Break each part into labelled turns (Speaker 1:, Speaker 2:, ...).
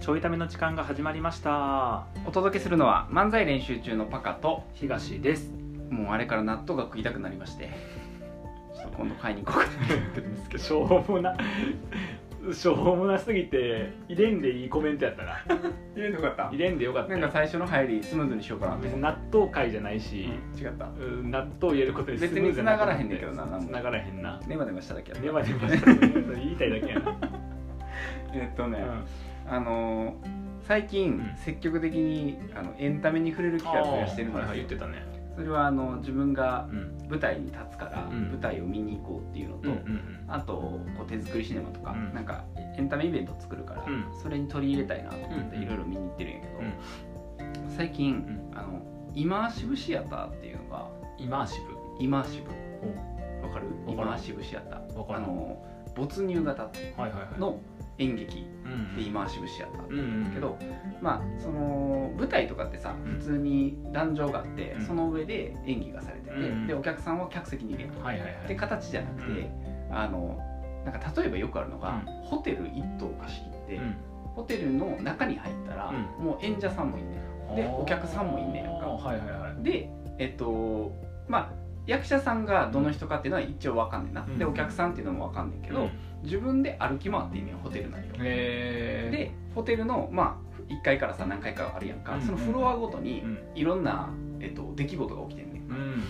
Speaker 1: ちょいための時間が始まりました
Speaker 2: お届けするのは漫才練習中のパカと
Speaker 1: 東です
Speaker 2: もうあれから納豆が食いたくなりまして ちょっと今度買いに行こうかなと思ってるんですけど
Speaker 1: しょうもなしょうもなすぎて入れんでいいコメントやったな
Speaker 2: 入れんでよかった
Speaker 1: 入れんでよかった
Speaker 2: なんか最初の入りスムーズにしようかなと
Speaker 1: 別
Speaker 2: 思っ
Speaker 1: に
Speaker 2: て
Speaker 1: 納豆会じゃないし、
Speaker 2: 違った
Speaker 1: うん納豆入れることに
Speaker 2: 別に繋がらへんねんけどななんも
Speaker 1: 繋がらへんな
Speaker 2: ネバネバしただけだ
Speaker 1: ネバネバしてるそれ言いたいだけやな、
Speaker 2: えっとね、
Speaker 1: うん
Speaker 2: あのー最近、
Speaker 1: ん
Speaker 2: 積極的にあのエンタメに触れる機会を増やしてるんですよ、
Speaker 1: はいはい言ってたね
Speaker 2: それはあの自分
Speaker 1: う
Speaker 2: が
Speaker 1: ん
Speaker 2: 舞台に立つから、
Speaker 1: うん
Speaker 2: 舞台を見に行こうっていうのと、
Speaker 1: うんうん
Speaker 2: あとこう手作りシネマとか、
Speaker 1: うん
Speaker 2: なんかエンタメイベント作るから、
Speaker 1: うん
Speaker 2: それに取り入れたいなと思って
Speaker 1: うん
Speaker 2: いろいろ見に行ってるんやけど、最近、あのイマーシブシアターっていうのが
Speaker 1: イマーシブ
Speaker 2: イマーシブわかる
Speaker 1: わ
Speaker 2: イ
Speaker 1: からん
Speaker 2: マーシブシアタ
Speaker 1: わ
Speaker 2: ー
Speaker 1: からん
Speaker 2: あの没入型
Speaker 1: はいはいはい
Speaker 2: の演劇
Speaker 1: うん
Speaker 2: でイマーシブシアター
Speaker 1: うんうん
Speaker 2: けど、まあその舞台とかってさ
Speaker 1: うん
Speaker 2: 普通に壇上があって、
Speaker 1: うん
Speaker 2: その上で演技がされてて、
Speaker 1: うん
Speaker 2: でお客さんは客席にいるやん
Speaker 1: はいはいは
Speaker 2: っ
Speaker 1: い
Speaker 2: て形じゃなくて、あのなんか例えばよくあるのが、
Speaker 1: う
Speaker 2: ホテル一棟貸し切って、
Speaker 1: うん
Speaker 2: ホテルの中に入ったら、
Speaker 1: う
Speaker 2: もう演者さんもいんねんで
Speaker 1: あー
Speaker 2: お客さんもいんねやんか
Speaker 1: はいはいはい
Speaker 2: でえっとまあ役者さんがどの人かっていうのは一応わかんねんな、
Speaker 1: うん
Speaker 2: でお客さんっていうのもわかんねんけど、
Speaker 1: うん
Speaker 2: 自分で歩き回っていいねんホテル内を、
Speaker 1: へえ
Speaker 2: でホテルのまあ1階からさ何階かあるやんか、
Speaker 1: うん
Speaker 2: そのフロアごと
Speaker 1: う
Speaker 2: に
Speaker 1: ん
Speaker 2: いろんな、えっと、出来事が起きてんねん
Speaker 1: うん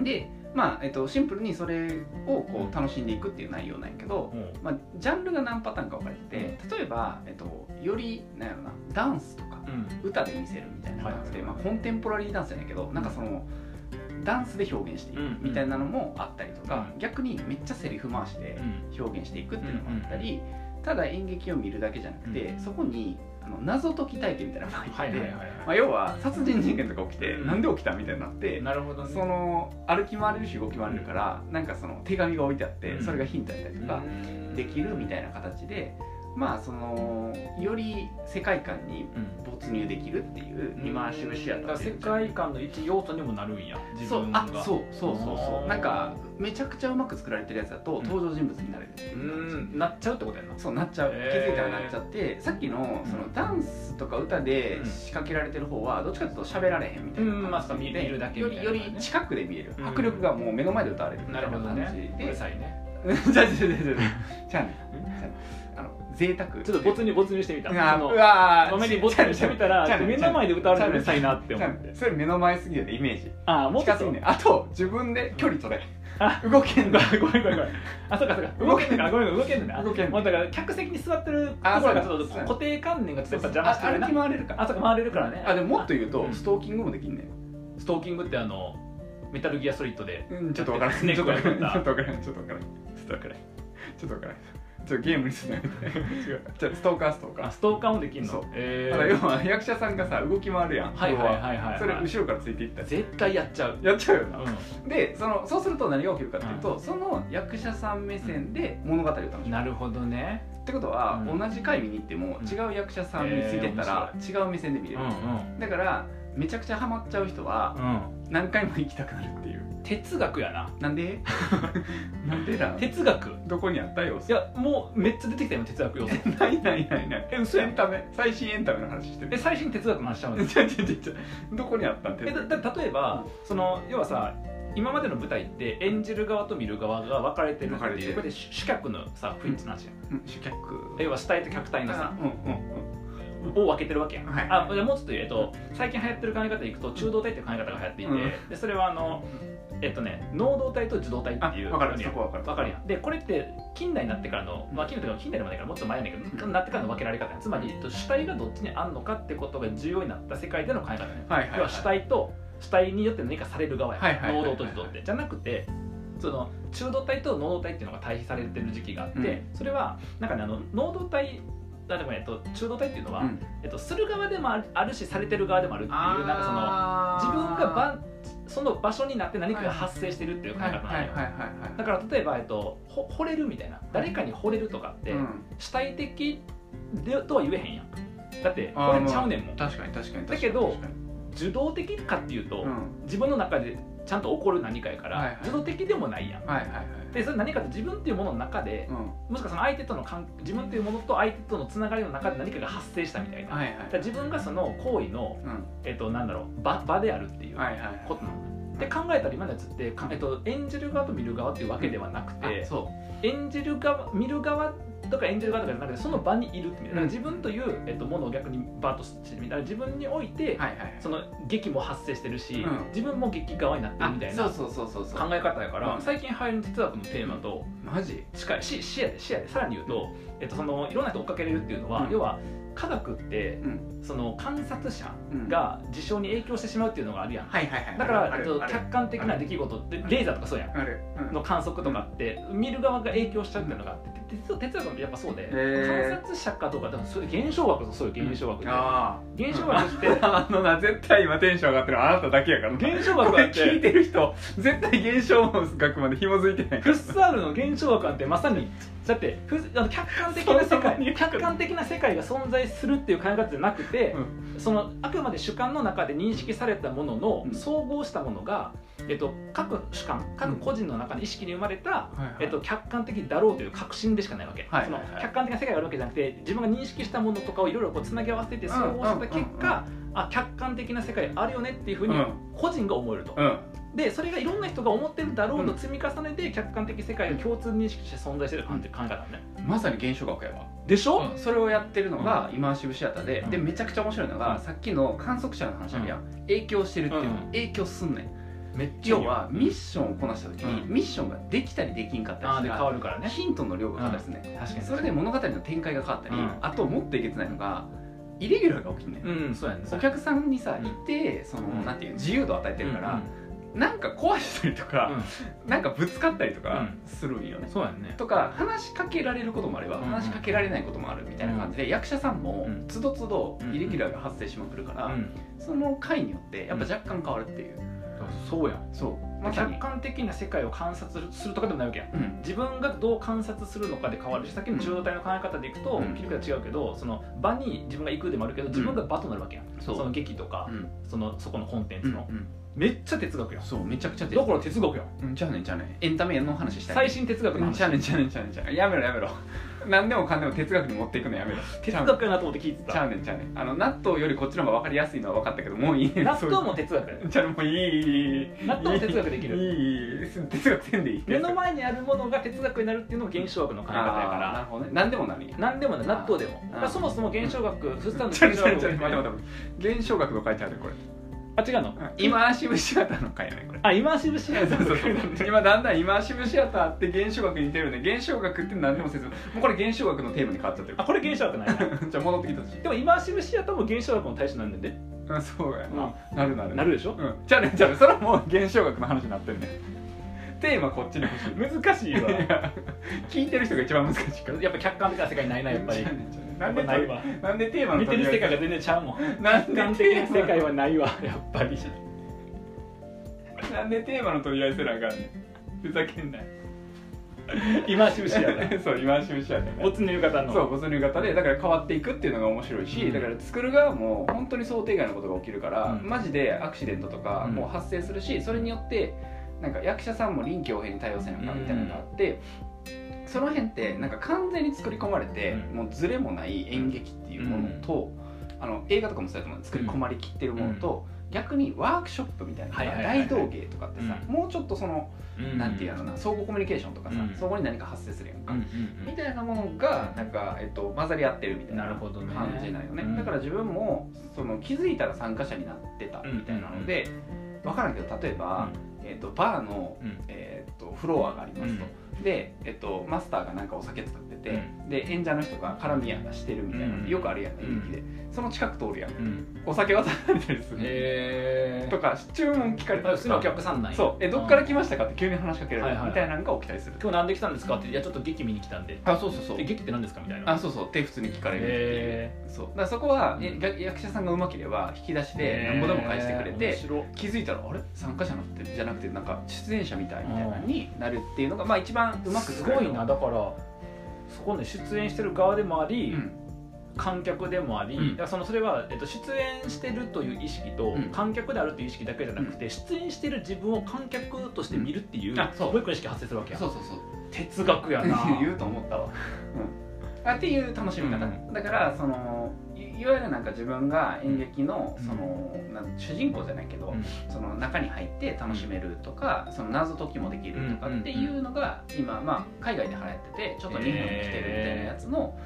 Speaker 2: でまあえっと、シンプルにそれをこ
Speaker 1: うん
Speaker 2: う楽しんでいくっていう内容なんやけど、
Speaker 1: もう
Speaker 2: まあ、ジャンルが何パターンか分かれてて例えば、えっと、よりなんやろなダンスとか
Speaker 1: うん
Speaker 2: 歌で見せるみたいな感じで、
Speaker 1: はい
Speaker 2: まあ、コンテンポラリーダンスじゃないけどなんかそのダンスで表現していく
Speaker 1: うん
Speaker 2: みたいなのもあったりとか、
Speaker 1: うん
Speaker 2: 逆にめっちゃセリフ回しで
Speaker 1: うん
Speaker 2: 表現していくっていうのもあったり、ただ演劇を見るだけじゃなくて、そこにあの謎解き体験みたいなのが入ってて、
Speaker 1: はいはいはい
Speaker 2: ま
Speaker 1: は
Speaker 2: あ、要は殺人事件とか起きて、
Speaker 1: うん
Speaker 2: なんで起きたみたいになって
Speaker 1: い。なるほどね
Speaker 2: その歩き回れるし動き回れるから、なんかその手紙が置いてあって、
Speaker 1: うん
Speaker 2: それがヒントやったりとか、できるみたいな形でまあそのより世界観に
Speaker 1: うん
Speaker 2: 没入できるっていう
Speaker 1: うん
Speaker 2: イマーシブシア
Speaker 1: だ
Speaker 2: タ
Speaker 1: か
Speaker 2: ー
Speaker 1: ら
Speaker 2: ってい
Speaker 1: 世
Speaker 2: う
Speaker 1: 界観の一要素にもなるんや自
Speaker 2: そう
Speaker 1: 分が
Speaker 2: あそうそうそう
Speaker 1: あ
Speaker 2: そ
Speaker 1: ー
Speaker 2: うなんかめちゃくちゃうまく作られてるやつだと
Speaker 1: うん
Speaker 2: 登場人物になれるっ
Speaker 1: う
Speaker 2: ていう感じ、
Speaker 1: んなっちゃうってことやな
Speaker 2: そうなっちゃう気
Speaker 1: へー
Speaker 2: づいたらなっちゃって、さっきのそ
Speaker 1: うん
Speaker 2: のダンスとか歌で
Speaker 1: うん
Speaker 2: 仕掛けられてる方はどっちかというと喋られへんみたいな
Speaker 1: うんまあそ
Speaker 2: 感
Speaker 1: う見
Speaker 2: じ
Speaker 1: 見
Speaker 2: で、
Speaker 1: るだけみ
Speaker 2: よ
Speaker 1: たいな
Speaker 2: り
Speaker 1: ね
Speaker 2: より近くで見える
Speaker 1: うん
Speaker 2: 迫力がもう目の前で歌われるみ
Speaker 1: な
Speaker 2: た
Speaker 1: いる
Speaker 2: な
Speaker 1: ほど
Speaker 2: 感じ
Speaker 1: ねうる
Speaker 2: で
Speaker 1: さいね
Speaker 2: じゃじゃじゃじゃじゃじゃあねあの贅沢
Speaker 1: ちょっと没入没入してみた
Speaker 2: あ
Speaker 1: その
Speaker 2: うわー
Speaker 1: 画面に没入してみたら
Speaker 2: じゃあね
Speaker 1: 目の前で歌われてるのうるさいなって思って
Speaker 2: それ目の前すぎるでイメージ
Speaker 1: ああもっと
Speaker 2: 近すぎんねんあと自分で距離取れ
Speaker 1: あ
Speaker 2: 動けんだ
Speaker 1: ごめんごめんごめんあそうかそうか動けんのかごめんごめん動けんのね
Speaker 2: 動けんの
Speaker 1: もうだから客席に座ってるとこ
Speaker 2: あ
Speaker 1: ろ
Speaker 2: そう
Speaker 1: が
Speaker 2: か
Speaker 1: ちょっと
Speaker 2: そうか
Speaker 1: 固定観念がちょっとやっぱ邪魔してる
Speaker 2: あ
Speaker 1: な
Speaker 2: 歩き回れるから
Speaker 1: あそこ回れるからね
Speaker 2: あでももっと言うと
Speaker 1: うん
Speaker 2: ストーキングもできんね
Speaker 1: ストーキングってあのメタルギアソリッドで
Speaker 2: んうんちょっとわからんちょっ
Speaker 1: 猫
Speaker 2: と
Speaker 1: が
Speaker 2: わか
Speaker 1: 食っ
Speaker 2: らん
Speaker 1: た
Speaker 2: ちょっとわからんちょっとわからんちょっとわからんちょっとわからんちょっとゲームにするのやめて
Speaker 1: 違う
Speaker 2: じゃあストーカーストーカ
Speaker 1: あ
Speaker 2: ー
Speaker 1: ストーカーもできんの
Speaker 2: そう
Speaker 1: え
Speaker 2: だから要は役者さんがさ動き回るやん
Speaker 1: はいはいはいはいはい
Speaker 2: それ後ろからついていったり
Speaker 1: 絶対やっちゃう
Speaker 2: やっちゃうよな
Speaker 1: う
Speaker 2: でそのそうすると何が起きるかっていうと、その役者さん目線で物語を楽しむ、
Speaker 1: んなるほどね
Speaker 2: ってことは、
Speaker 1: うん
Speaker 2: 同じ回見に行っても
Speaker 1: うん
Speaker 2: 違う役者さんについてったら、違う目線で見
Speaker 1: う
Speaker 2: れ
Speaker 1: ん
Speaker 2: る
Speaker 1: う、ん
Speaker 2: だからめちゃくちゃハマっちゃう人は
Speaker 1: うん
Speaker 2: 何回も行きたくなるっていう
Speaker 1: 哲学やな
Speaker 2: なんで なんでだ
Speaker 1: 哲学
Speaker 2: どこにあったよ
Speaker 1: いやもうめっちゃ出てきたよ哲学要素
Speaker 2: ないないないない
Speaker 1: え嘘や
Speaker 2: エンタメ最新エンタメの話して
Speaker 1: え
Speaker 2: る
Speaker 1: 最新哲学の 話しちゃうんです
Speaker 2: ちょちょちょちょどこにあったん
Speaker 1: えだだ例えばその要はさ今までの舞台って演じる側と見る側が分かれてるって
Speaker 2: 分かれて
Speaker 1: いう
Speaker 2: る
Speaker 1: これで主主客のさ雰囲気の話やん
Speaker 2: うん主客
Speaker 1: 要は主体と客体のさ
Speaker 2: うんうん
Speaker 1: を分けてるわけやん、
Speaker 2: はい
Speaker 1: あじゃあもうちょっと言うと最近流行ってる考え方でいくと中道体っていう考え方が流行っていて、
Speaker 2: うん
Speaker 1: でそれはあのえっとね能動体と受動体っていう
Speaker 2: あわかる
Speaker 1: あやん
Speaker 2: そこわかる
Speaker 1: わかるやんでこれって近代になってからの、
Speaker 2: うん
Speaker 1: まあ、近代というか近代でもないからもっと前やねんけど、
Speaker 2: うん
Speaker 1: なってからの分けられ方やんつまり、えっと主体がどっちにあんのかってことが重要になった世界での考え方ね、
Speaker 2: はいはいはい
Speaker 1: 要は主体と主体によって何かされる側やん、
Speaker 2: はいはいはいはい
Speaker 1: 能動と受動ってじゃなくてその中道体と能動体っていうのが対比されてる時期があって、
Speaker 2: うん
Speaker 1: それはなんかねあの能動体あでも、えっと、中道体っていうのは、
Speaker 2: うん
Speaker 1: えっと、する側でもあるあるしされてる側でもあるっていうなんか
Speaker 2: あ
Speaker 1: そ
Speaker 2: ー
Speaker 1: の自分がばその場所になって何かが発生してるっていう考
Speaker 2: は
Speaker 1: え
Speaker 2: いは
Speaker 1: 方な
Speaker 2: いは
Speaker 1: の
Speaker 2: い
Speaker 1: よ
Speaker 2: はいはい
Speaker 1: だから例えば、えっと、ほ惚れるみたいな誰かに惚れるとかって、
Speaker 2: うん
Speaker 1: 主体的でとは言えへんやんだって
Speaker 2: あー
Speaker 1: 惚れちゃうねんもん
Speaker 2: 確かに確かに確かに
Speaker 1: だけど
Speaker 2: 確かに
Speaker 1: 受動的かっていうと、
Speaker 2: うん
Speaker 1: 自分の中でちゃんと起こる何かやから、
Speaker 2: はいはい
Speaker 1: 受動的でもないやん
Speaker 2: はいはいはい
Speaker 1: でそれ何かって自分っていうものの中で
Speaker 2: うんは
Speaker 1: もしくはその相手との関自分っていうものと相手とのつながりの中で何かが発生したみたい
Speaker 2: い
Speaker 1: な、
Speaker 2: は
Speaker 1: だから
Speaker 2: い
Speaker 1: 自分がその行為の、
Speaker 2: うん
Speaker 1: えっと、なんだろう場場であるっていう
Speaker 2: はいはいはい
Speaker 1: ことなの。で考えたら今のやつって、かえっと、演じる側と見る側っていうわけではなく
Speaker 2: あ
Speaker 1: て、
Speaker 2: そ
Speaker 1: 演じる側見る側とか演じる側とかじゃなくてその場にいるってみたいな、
Speaker 2: うん
Speaker 1: 自分という、えっと、ものを逆にバーッとしてみたら自分において、
Speaker 2: うはいはい
Speaker 1: その劇も発生してるし、
Speaker 2: うん
Speaker 1: 自分も劇側になってる
Speaker 2: あ
Speaker 1: みたい
Speaker 2: そ
Speaker 1: な
Speaker 2: うそうそうそうそう
Speaker 1: 考え方やから、
Speaker 2: うん
Speaker 1: 最近流行りの哲学のテーマと
Speaker 2: マジ
Speaker 1: 近いし視野で視野でさらに言うと、えっと、そのいろんな人追っかけれるっていうのは、
Speaker 2: うん
Speaker 1: 要は科学って
Speaker 2: うん
Speaker 1: その観察者
Speaker 2: うん
Speaker 1: が事象に影響してしまうっていうのがあるやん。
Speaker 2: はいはいはい
Speaker 1: だから、
Speaker 2: あ
Speaker 1: えっ
Speaker 2: る
Speaker 1: と、
Speaker 2: ある
Speaker 1: 客観的な出来事ってレーザーとかそうやん
Speaker 2: あるうん
Speaker 1: の観測とかって見る側が影響しちゃうっていうのがあってて哲哲学ってやっぱそうで
Speaker 2: へー
Speaker 1: 観察者かどうか多分そういう現象学とそういう現象学で
Speaker 2: あ
Speaker 1: 現象学って
Speaker 2: ああのな絶対今テンション上がってるのあなただけや からな
Speaker 1: 現象
Speaker 2: こ
Speaker 1: 学
Speaker 2: れ
Speaker 1: だっ
Speaker 2: 聞い
Speaker 1: て
Speaker 2: てる人絶対現象学まで紐づいてない
Speaker 1: フッサールの現象学なんてまさにだってふあの客観的な世
Speaker 2: そんなに
Speaker 1: 界客観的な世界が存在するっていう考え方じゃなくて、そのあくまで主観の中で認識されたものの
Speaker 2: うん
Speaker 1: 総合したものが、えっと、各主観各個人の中で意識に生まれた、えっと、客観的だろうという確信でしかないわけ、
Speaker 2: はい
Speaker 1: その
Speaker 2: はいはい
Speaker 1: 客観的な世界があるわけじゃなくて自分が認識したものとかをいろいろこうつなぎ合わせて総合した結果、あ客観的な世界あるよねっていうふうに
Speaker 2: うん
Speaker 1: 個人が思えると、
Speaker 2: うん
Speaker 1: でそれがいろんな人が思ってるだろう
Speaker 2: う
Speaker 1: の
Speaker 2: ん
Speaker 1: 積み重ねで客観的世界が共通認識として存在してる感じ考え方ね
Speaker 2: まさに現象学やわ
Speaker 1: でしょ、
Speaker 2: それをやってるのがイマーシブシアターで、
Speaker 1: うん
Speaker 2: でめちゃくちゃ面白いのが、
Speaker 1: うん
Speaker 2: さっきの観測者の話あるやん、影響してるっていうの、
Speaker 1: うん
Speaker 2: 影響すんねん
Speaker 1: めっちゃいい
Speaker 2: 要
Speaker 1: よ
Speaker 2: はミッションをこなした時に、
Speaker 1: うん
Speaker 2: ミッションができたりできんかったり
Speaker 1: あー
Speaker 2: し
Speaker 1: で
Speaker 2: た
Speaker 1: 変
Speaker 2: ら、
Speaker 1: わるからね
Speaker 2: ヒントの量が変わったりするね、
Speaker 1: 確かに
Speaker 2: それで物語の展開が変わったり、
Speaker 1: うん
Speaker 2: あともっといけてないのがイレギュラーが起きんねん、
Speaker 1: うんそうやね
Speaker 2: お客さんにさ
Speaker 1: うん
Speaker 2: いてその、
Speaker 1: うん
Speaker 2: なんていう自由度を与えてるから、なんか壊したりと
Speaker 1: うん
Speaker 2: か、
Speaker 1: うん
Speaker 2: なんかぶつかったりとかするんよね、
Speaker 1: そうやね
Speaker 2: とか話しかけられることもあれば
Speaker 1: うん
Speaker 2: 話しかけられないこともあるみたいな感じで、役者さんも
Speaker 1: うん
Speaker 2: つどつど
Speaker 1: うん
Speaker 2: イレギュラーが発生しまくるから、
Speaker 1: うん
Speaker 2: その回によってやっぱ若干変わるっていう、
Speaker 1: そうやん
Speaker 2: そうまさに
Speaker 1: 客、観的な世界を観察するとかでもないわけやん
Speaker 2: うん、
Speaker 1: 自分がどう観察するのかで変わるしさっきの中央体の考え方でいくと、
Speaker 2: うん
Speaker 1: 切り方違うけどその場に自分が行くでもあるけど自分が場となるわけやん、
Speaker 2: そう
Speaker 1: その劇とか、
Speaker 2: うん
Speaker 1: そのそこのコンテン
Speaker 2: う
Speaker 1: ツ
Speaker 2: ん
Speaker 1: の、めっちゃ哲学やん
Speaker 2: そうめちゃくちゃ
Speaker 1: だから哲学やん
Speaker 2: うんじゃあねじゃあねエンタメの話したい
Speaker 1: 最新哲学の
Speaker 2: うん
Speaker 1: 話
Speaker 2: じゃあねじゃあねじゃあねじゃあねやめろやめ ろ何でもかんでも哲学に持っていくのやめろ
Speaker 1: 哲学やなと思って聞いて
Speaker 2: ちゃ
Speaker 1: た
Speaker 2: うねんちゃうねんあの納豆よりこっちの方が分かりやすいのは分かったけどもういいねん
Speaker 1: 納
Speaker 2: そう
Speaker 1: 豆も哲 学やね
Speaker 2: じゃあもういいいいいいいい
Speaker 1: 納豆も哲学できる
Speaker 2: いいい い哲学せんでいい
Speaker 1: 目の前にあるものが哲学になるっていうのが現象学の考え方や
Speaker 2: あーな
Speaker 1: か
Speaker 2: るほどね何でもなるんや
Speaker 1: ら何でもない納豆でも
Speaker 2: あー
Speaker 1: だからそもそも現象学フッサンの
Speaker 2: ちょっ
Speaker 1: 現
Speaker 2: と
Speaker 1: 象
Speaker 2: 待って
Speaker 1: 学
Speaker 2: 待って待って現象学の書いてあるこれ
Speaker 1: あ違うの
Speaker 2: イマーシブシアターの回やねこれ
Speaker 1: あイマーシブシアター
Speaker 2: そうそうそう今だんだんイマーシブシアターって現象学に似てるね現象学って何でもせずもうこれ現象学のテーマに変わっちゃってる
Speaker 1: あこれ現象学ないな
Speaker 2: じゃあ戻ってきたし
Speaker 1: でもイマーシブシアターも現象学の対象なんでね
Speaker 2: うんそうやな、なるなる
Speaker 1: なるでしょ
Speaker 2: うんじゃあねじゃあねそれはもう現象学の話になってるねテーマこっちに欲しい
Speaker 1: 難しいわ
Speaker 2: いや聞いてる人が一番難しいか ら
Speaker 1: やっぱ客観的な世界にないなやっぱり
Speaker 2: じゃあ
Speaker 1: や
Speaker 2: ねじゃあねな
Speaker 1: っ
Speaker 2: ん
Speaker 1: ぱ
Speaker 2: で
Speaker 1: ないわ
Speaker 2: なんでテーマの
Speaker 1: 見てる世界
Speaker 2: が
Speaker 1: が全然ちゃうも ん
Speaker 2: なん
Speaker 1: 客
Speaker 2: で
Speaker 1: 観的
Speaker 2: テ
Speaker 1: な
Speaker 2: ーマ
Speaker 1: 世界はないわやっぱり
Speaker 2: なんでテーマの取り合いせなあかんねんふざけんなよ
Speaker 1: イマーシブシアタ ー
Speaker 2: そう今しむしやね
Speaker 1: おつの浴衣の
Speaker 2: そうボスの浴衣でだから変わっていくっていうのが面白いし、
Speaker 1: うん
Speaker 2: だから作る側も本当に想定外のことが起きるから、
Speaker 1: うん
Speaker 2: マジでアクシデントとか
Speaker 1: うん
Speaker 2: もう発生するし、それによってなんか役者さんも臨機応変に対応せなあかんみたいなのがあって、その辺ってなんか完全に作り込まれて、
Speaker 1: うん
Speaker 2: もうズレもない演劇っていうものと、あの映画とかもそうやと思う作り込まれきってるものと、逆にワークショップみたいな、
Speaker 1: はいはいはいはい
Speaker 2: 大道芸とかってさ、
Speaker 1: う
Speaker 2: もうちょっとその、
Speaker 1: うん
Speaker 2: なんていうのかな相互コミュニケーションとかさ、
Speaker 1: うん
Speaker 2: そこに何か発生するやんか、
Speaker 1: うんうん
Speaker 2: みたいなものがなんか、えっと、混ざり合ってるみた
Speaker 1: う
Speaker 2: い
Speaker 1: ん
Speaker 2: な
Speaker 1: なるほどね
Speaker 2: 感じなんよね、
Speaker 1: うん
Speaker 2: だから自分もその気づいたら参加者になってたみたいなので、分からんけど例えば、えっと、バーの、
Speaker 1: うん
Speaker 2: えっと、フロアがありますと、で、えっと、マスターがなんかお酒作ってて、で演者の人が絡みやしてるみたいなの
Speaker 1: うん
Speaker 2: よくあるやん演劇で、その近く通るやん
Speaker 1: うんうん
Speaker 2: お酒渡されたりする、
Speaker 1: へえ
Speaker 2: とか注文聞かれたり
Speaker 1: 普
Speaker 2: と
Speaker 1: 通のお
Speaker 2: か
Speaker 1: 客さんなんや
Speaker 2: そうえどっから来ましたかって急に話しかけられ
Speaker 1: はい
Speaker 2: る
Speaker 1: はい
Speaker 2: みたいなのが起きたりする、
Speaker 1: 今日なんで来たんですかっていやちょっと劇見に来たんで
Speaker 2: あそうそうそ
Speaker 1: え劇って何ですかみたいな
Speaker 2: あそうそうって普通に聞かれるっていう
Speaker 1: へ
Speaker 2: そうだからそこは、え
Speaker 1: うん
Speaker 2: が役者さんがうまければ引き出し
Speaker 1: え
Speaker 2: で何ぼでも返してくれ
Speaker 1: 面
Speaker 2: て
Speaker 1: 白
Speaker 2: 気づいたらあれ参加者なってじゃなくてなんか出演者みたいみたいなのになるっていうのがまあ一番うまく
Speaker 1: す
Speaker 2: 作れ
Speaker 1: ご
Speaker 2: る
Speaker 1: いなだからそこね出演してる側でもあり、
Speaker 2: うん
Speaker 1: 観客でもあり、
Speaker 2: うん
Speaker 1: だからそのそれは、えっと、出演してるという意識と、
Speaker 2: うん
Speaker 1: 観客であるという意識だけじゃなくて、出演してる自分を観客として見るっていう、
Speaker 2: うんあそう
Speaker 1: もう一個意識発生するわけや
Speaker 2: そうそうそう
Speaker 1: 哲学や
Speaker 2: 言
Speaker 1: な
Speaker 2: うと思ったわ、うん、あっていう楽しみ方、
Speaker 1: うん
Speaker 2: だからそのいいわゆるなんか自分が演劇の
Speaker 1: うん
Speaker 2: その、なん主人公じゃないけど、
Speaker 1: うん
Speaker 2: その中に入って楽しめるとか、その謎解きもできるとか
Speaker 1: うん
Speaker 2: っていうのが今、まあ、海外で流行っててちょっと日本に来てるみたいなやつの,、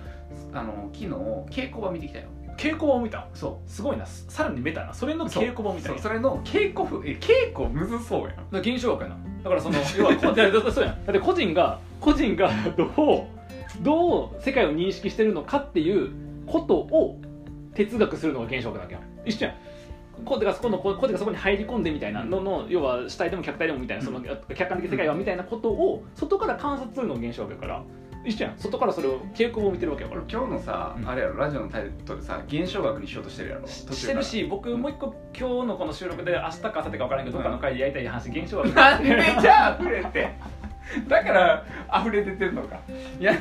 Speaker 2: あの昨日稽古場見てきたよ
Speaker 1: 稽古場を見た
Speaker 2: そ
Speaker 1: すごいなささらにメタなそれの
Speaker 2: う
Speaker 1: 稽古場みたい
Speaker 2: そう
Speaker 1: な
Speaker 2: それの稽古風え稽古むずそうやん
Speaker 1: だから現象学やなだからその要はこ うだからそうやんだって個人が個人がどうどう世界を認識してるのかっていうことを哲学するのが現象学なわけやん一緒やんこうだからそこのこうこうがそこに入り込んでみたいなのの、要は主体でも客体でもみたいなその
Speaker 2: うん
Speaker 1: 客観的世界はみたいなことを外から観察するのが現象学やから一緒やん外からそれを傾向を見てるわけやから
Speaker 2: 今日のさ、
Speaker 1: うん
Speaker 2: あれやろラジオのタイトルさ現象学にしようとしてるやろ途中から
Speaker 1: してるし僕もう一個今日のこの収録で明日か明後日か分からんけどどっかの会でやりたい話現象学
Speaker 2: なんでじゃあ溢れてだから溢れ出てんのかいや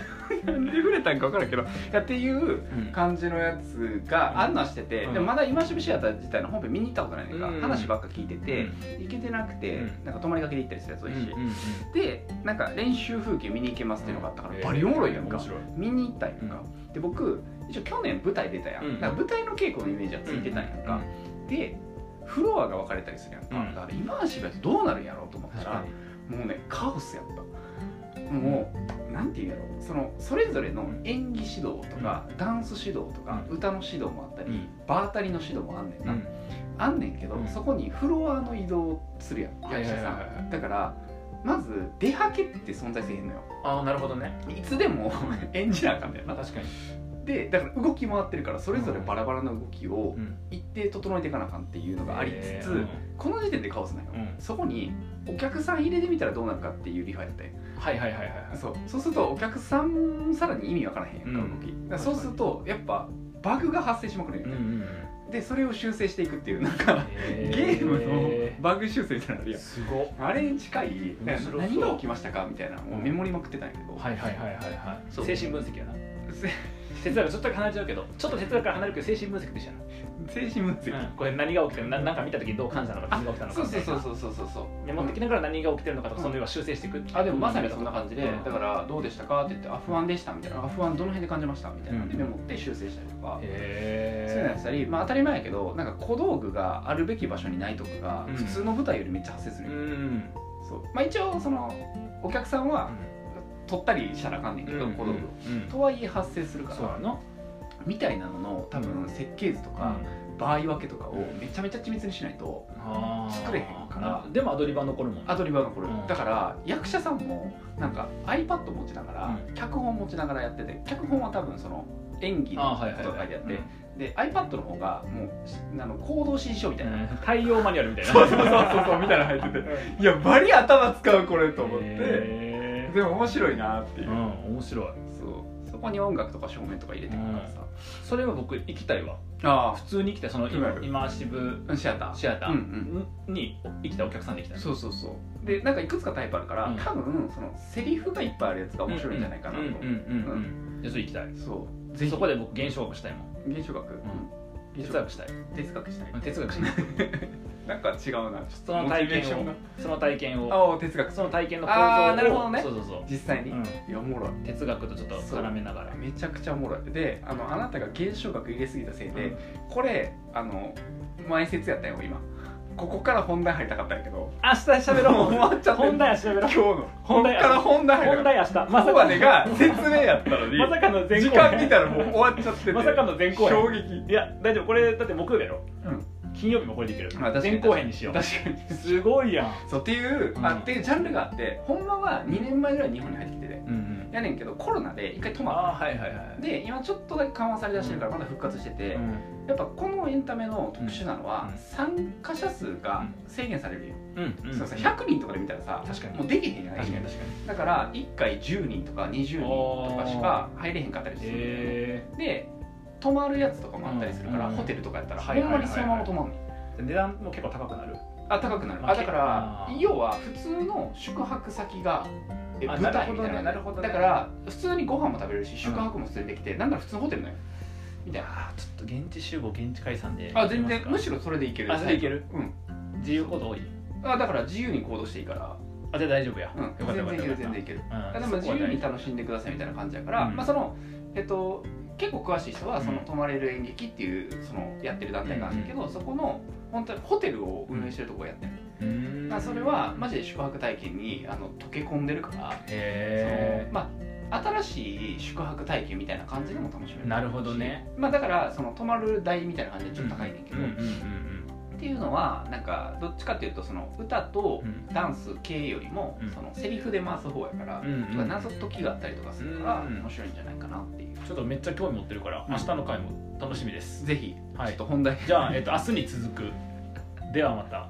Speaker 2: なんで溢れたんか分からんけどいやっていう感じのやつが案内してて、
Speaker 1: うん
Speaker 2: でもまだ今しぶシアター自体の本編見に行ったことないねんか、
Speaker 1: うん
Speaker 2: 話ばっか聞いてて、
Speaker 1: うん
Speaker 2: 行けてなくて、
Speaker 1: うん
Speaker 2: なんか泊まりがけで行ったりするやつ多いし、
Speaker 1: うんうん
Speaker 2: でなんか練習風景見に行けますっていうのがあったから、
Speaker 1: うん
Speaker 2: バリおもろいやんか、
Speaker 1: 面白い
Speaker 2: 見に行ったんやんか、で僕一応去年舞台出たやん、
Speaker 1: うん
Speaker 2: だから舞台の稽古のイメージはついてたんやんか、でフロアが分かれたりするやんか、
Speaker 1: うん
Speaker 2: だからイマーシブやつどうなるんやろうと思った
Speaker 1: 確
Speaker 2: ら
Speaker 1: か
Speaker 2: もうねカオスやったもうなんて言うんやろうそのそれぞれの演技指導とか、ダンス指導とか、
Speaker 1: うん
Speaker 2: 歌の指導もあったり、
Speaker 1: に
Speaker 2: バータリの指導もあんねんな、あんねんけど、
Speaker 1: うん
Speaker 2: そこにフロアの移動するやん
Speaker 1: はいは
Speaker 2: 役
Speaker 1: い
Speaker 2: 者
Speaker 1: はい
Speaker 2: さ
Speaker 1: はい
Speaker 2: んだからまず出はけって存在せえへんのよ
Speaker 1: ああなるほどね
Speaker 2: いつでも演じなあかんねん
Speaker 1: まあ
Speaker 2: な
Speaker 1: 確かに
Speaker 2: でだから動き回ってるからそれぞれバラバラな動きを
Speaker 1: うん
Speaker 2: 一定整えていかなあかんっていうのがありつつ、この時点でカオスなの、
Speaker 1: うん
Speaker 2: そこにお客さん入れてみたらどうなるかっていうリハやったんや
Speaker 1: はいはいはいはい
Speaker 2: そうそうするとお客さんもさらに意味わからへんやんか
Speaker 1: うん
Speaker 2: 動き、だからそうするとやっぱバグが発生しまくるんや
Speaker 1: うん
Speaker 2: ね、
Speaker 1: うん
Speaker 2: でそれを修正していくっていうなん かゲ
Speaker 1: へ
Speaker 2: ームのバグ修正みたいなのあるやん
Speaker 1: すごっ
Speaker 2: あれに近い
Speaker 1: 面白そう
Speaker 2: 何が起きましたかみたいなのをメモりまくってたんやけど、
Speaker 1: はいはいはいはいはい
Speaker 2: そう
Speaker 1: 精神分析やな
Speaker 2: せ
Speaker 1: 哲学ちょっとだけ離れちゃうけどちょっと哲学から離れるけど精神分析でしょ
Speaker 2: 精神分析、
Speaker 1: これ何が起きてるのななんか見た時にどう感じたのか何が起きたのか
Speaker 2: そう
Speaker 1: みた
Speaker 2: そ
Speaker 1: いうな
Speaker 2: そうそうそうそうそう
Speaker 1: で持ってきながら何が起きてるのかとかその要は修正していくっていう
Speaker 2: あでもまさにそんな感じで、
Speaker 1: うん
Speaker 2: だからどうでしたかって言ってあ不安でしたみたいなあ不安どの辺で感じましたみたいなで
Speaker 1: うん
Speaker 2: メモって修正したりとか、そういうのや
Speaker 1: へ
Speaker 2: ってたり、まあ、当たり前やけどなんか小道具があるべき場所にないとかが
Speaker 1: うん
Speaker 2: 普通の舞台よりめっちゃ発生す
Speaker 1: え
Speaker 2: る
Speaker 1: う
Speaker 2: よ、
Speaker 1: ん
Speaker 2: そうまあ、一応そのお客さんは取ったりしたらあかんねんけど、小道具を
Speaker 1: うん
Speaker 2: とはいえ発生するか
Speaker 1: そうや
Speaker 2: ら
Speaker 1: な
Speaker 2: みたいなのの多分設計図とか場合分けとかをめちゃめちゃ緻密にしないと
Speaker 1: あー
Speaker 2: 作れへんから
Speaker 1: なるほどでもアドリバー残るもん
Speaker 2: アドリブは残る、
Speaker 1: うん
Speaker 2: だから役者さんもなんか iPad 持ちながら、
Speaker 1: う
Speaker 2: 脚本持ちながらやってて脚本は多分その演技の
Speaker 1: あーはいはいはい
Speaker 2: ことを書いてあって、で iPad の方がもうしあの行動指示書みたいな、
Speaker 1: 対応マニュアルみたいな
Speaker 2: そうそうそうそうそうみたいなの入ってていやバリ頭使うこれ と思って
Speaker 1: へ
Speaker 2: でも面白いなってい
Speaker 1: ー
Speaker 2: う、
Speaker 1: うん面白い
Speaker 2: そうそこに音楽とか照明とか入れてくるからさ、
Speaker 1: それは僕行きたいわ
Speaker 2: あ
Speaker 1: 普通に行きたいそのイマイマーシブ
Speaker 2: あシアター
Speaker 1: シアタ
Speaker 2: うん
Speaker 1: ーに行きたいお客さんで行きたい
Speaker 2: そうそうそうでなんかいくつかタイプあるから、
Speaker 1: うん
Speaker 2: 多分そのセリフがいっぱいあるやつが面白いんじゃないかなと
Speaker 1: うんうん
Speaker 2: 思う、
Speaker 1: うんうんうんじゃあそれ行きたい
Speaker 2: そうぜひ
Speaker 1: そこで僕現象学したいもん
Speaker 2: 現象学、
Speaker 1: 哲学したい
Speaker 2: 哲学したい
Speaker 1: 哲学したい
Speaker 2: なんか違うな
Speaker 1: その体験をその体験を
Speaker 2: ああ哲学
Speaker 1: その体験の構
Speaker 2: あーなるほ
Speaker 1: 造
Speaker 2: ど
Speaker 1: を
Speaker 2: ね
Speaker 1: そうそうそう
Speaker 2: 実際に、
Speaker 1: うん
Speaker 2: いやおもろい
Speaker 1: 哲学とちょっと絡めながら
Speaker 2: めちゃくちゃおもろいであのあなたが現象学入れすぎたせいで、
Speaker 1: うん
Speaker 2: これあの前説やったよ今ここから本題入りたかったんやけど
Speaker 1: 明日喋ろう
Speaker 2: 終わっちゃってる
Speaker 1: 本題明日喋ろ
Speaker 2: 今
Speaker 1: う
Speaker 2: 日の
Speaker 1: 本題
Speaker 2: ここから本題入 り
Speaker 1: 本
Speaker 2: たかっ
Speaker 1: 題明日ま
Speaker 2: たこ
Speaker 1: さ
Speaker 2: こま
Speaker 1: か
Speaker 2: でが説明やったのに
Speaker 1: まさかの全
Speaker 2: 時
Speaker 1: 校
Speaker 2: 間見たらもう終わっちゃってて
Speaker 1: まさかの前後
Speaker 2: 衝
Speaker 1: 編
Speaker 2: 撃
Speaker 1: いや大丈夫これだって木曜日やろ、
Speaker 2: うん
Speaker 1: 金曜日もこれでいける
Speaker 2: まあ確かに
Speaker 1: 前後編にしよ
Speaker 2: 確
Speaker 1: う
Speaker 2: かに
Speaker 1: すごいやん
Speaker 2: そうっていう、
Speaker 1: うん
Speaker 2: あっていうジャンルがあってほんまは2年前ぐらいに日本に入ってきてて
Speaker 1: うんうん
Speaker 2: やねんけどコロナで一回止まった
Speaker 1: あーはいはいはい
Speaker 2: で今ちょっとだけ緩和されだしてるからまだ復活してて、
Speaker 1: うん
Speaker 2: やっぱこのエンタメの特殊なのは、
Speaker 1: うん
Speaker 2: 参加者数が制限されるよ、
Speaker 1: うんうん
Speaker 2: そうさ100人とかで見たらさ
Speaker 1: 確かに
Speaker 2: もうできへんやん
Speaker 1: 確かに確かに
Speaker 2: だから1回10人とか20人とかしか入れへんかったりするんだよね、
Speaker 1: え
Speaker 2: で泊まるやつとかもあったりするから、
Speaker 1: うん
Speaker 2: ホテルとかやったら、
Speaker 1: はいはい
Speaker 2: ほ
Speaker 1: は
Speaker 2: ん
Speaker 1: いはい
Speaker 2: まにそのまま泊まんねん
Speaker 1: ー、値段も結構高くなる
Speaker 2: あ高くなる
Speaker 1: まあ
Speaker 2: あだから
Speaker 1: あー
Speaker 2: 要は普通の宿泊先がえ
Speaker 1: あ
Speaker 2: 舞台みたいな
Speaker 1: なるほどねなるほどね
Speaker 2: だから普通にご飯も食べれるし宿泊も普通にできて、なんなら普通のホテルなんよみたいな
Speaker 1: あーちょっと現地集合現地解散で
Speaker 2: あ全然
Speaker 1: 行きま
Speaker 2: む
Speaker 1: す
Speaker 2: しろそれでいける
Speaker 1: あそれでいける
Speaker 2: うん
Speaker 1: か自由行動多い
Speaker 2: あだから自由に行動していいから、
Speaker 1: あじゃあ大丈夫や、
Speaker 2: うん、
Speaker 1: よかったよ
Speaker 2: 全
Speaker 1: かっ
Speaker 2: 然
Speaker 1: た
Speaker 2: い
Speaker 1: よかった
Speaker 2: ける全然いける
Speaker 1: うん
Speaker 2: ただまあ
Speaker 1: そ
Speaker 2: 自
Speaker 1: こは
Speaker 2: 由
Speaker 1: 大
Speaker 2: に
Speaker 1: 事
Speaker 2: 楽しんでくださいみたいな感じやから、
Speaker 1: うん
Speaker 2: まあそのえっと結構詳しい人はその
Speaker 1: うん
Speaker 2: 泊まれる演劇っていうそのやってる団体があるんだけど、そこの本当にホテルを運営してるとこやってる、
Speaker 1: うーん
Speaker 2: まあそれはマジで宿泊体験にあの溶け込んでるから、
Speaker 1: へ
Speaker 2: そのまあ新しい宿泊体験みたいな感じでも楽しめ
Speaker 1: え
Speaker 2: る
Speaker 1: なるほどね
Speaker 2: まあだからその泊まる代みたいな感じでちょっと高いねんけど、
Speaker 1: うんうん
Speaker 2: っ
Speaker 1: うん
Speaker 2: ていうのはなんかどっちかっていうとその歌と
Speaker 1: うんうん
Speaker 2: ダンス系よりも、
Speaker 1: うん
Speaker 2: そのセリフで回す方やから、
Speaker 1: うんうん
Speaker 2: とか謎解きがあったりとかするから、
Speaker 1: うん
Speaker 2: 面白いんじゃないかなっていう、
Speaker 1: ちょっとめっちゃ興味持ってるから
Speaker 2: うん
Speaker 1: 明日の回も楽しみです、
Speaker 2: ぜひ、
Speaker 1: はい
Speaker 2: ちょっと本題
Speaker 1: じゃあ、えっと、明日に続くではまた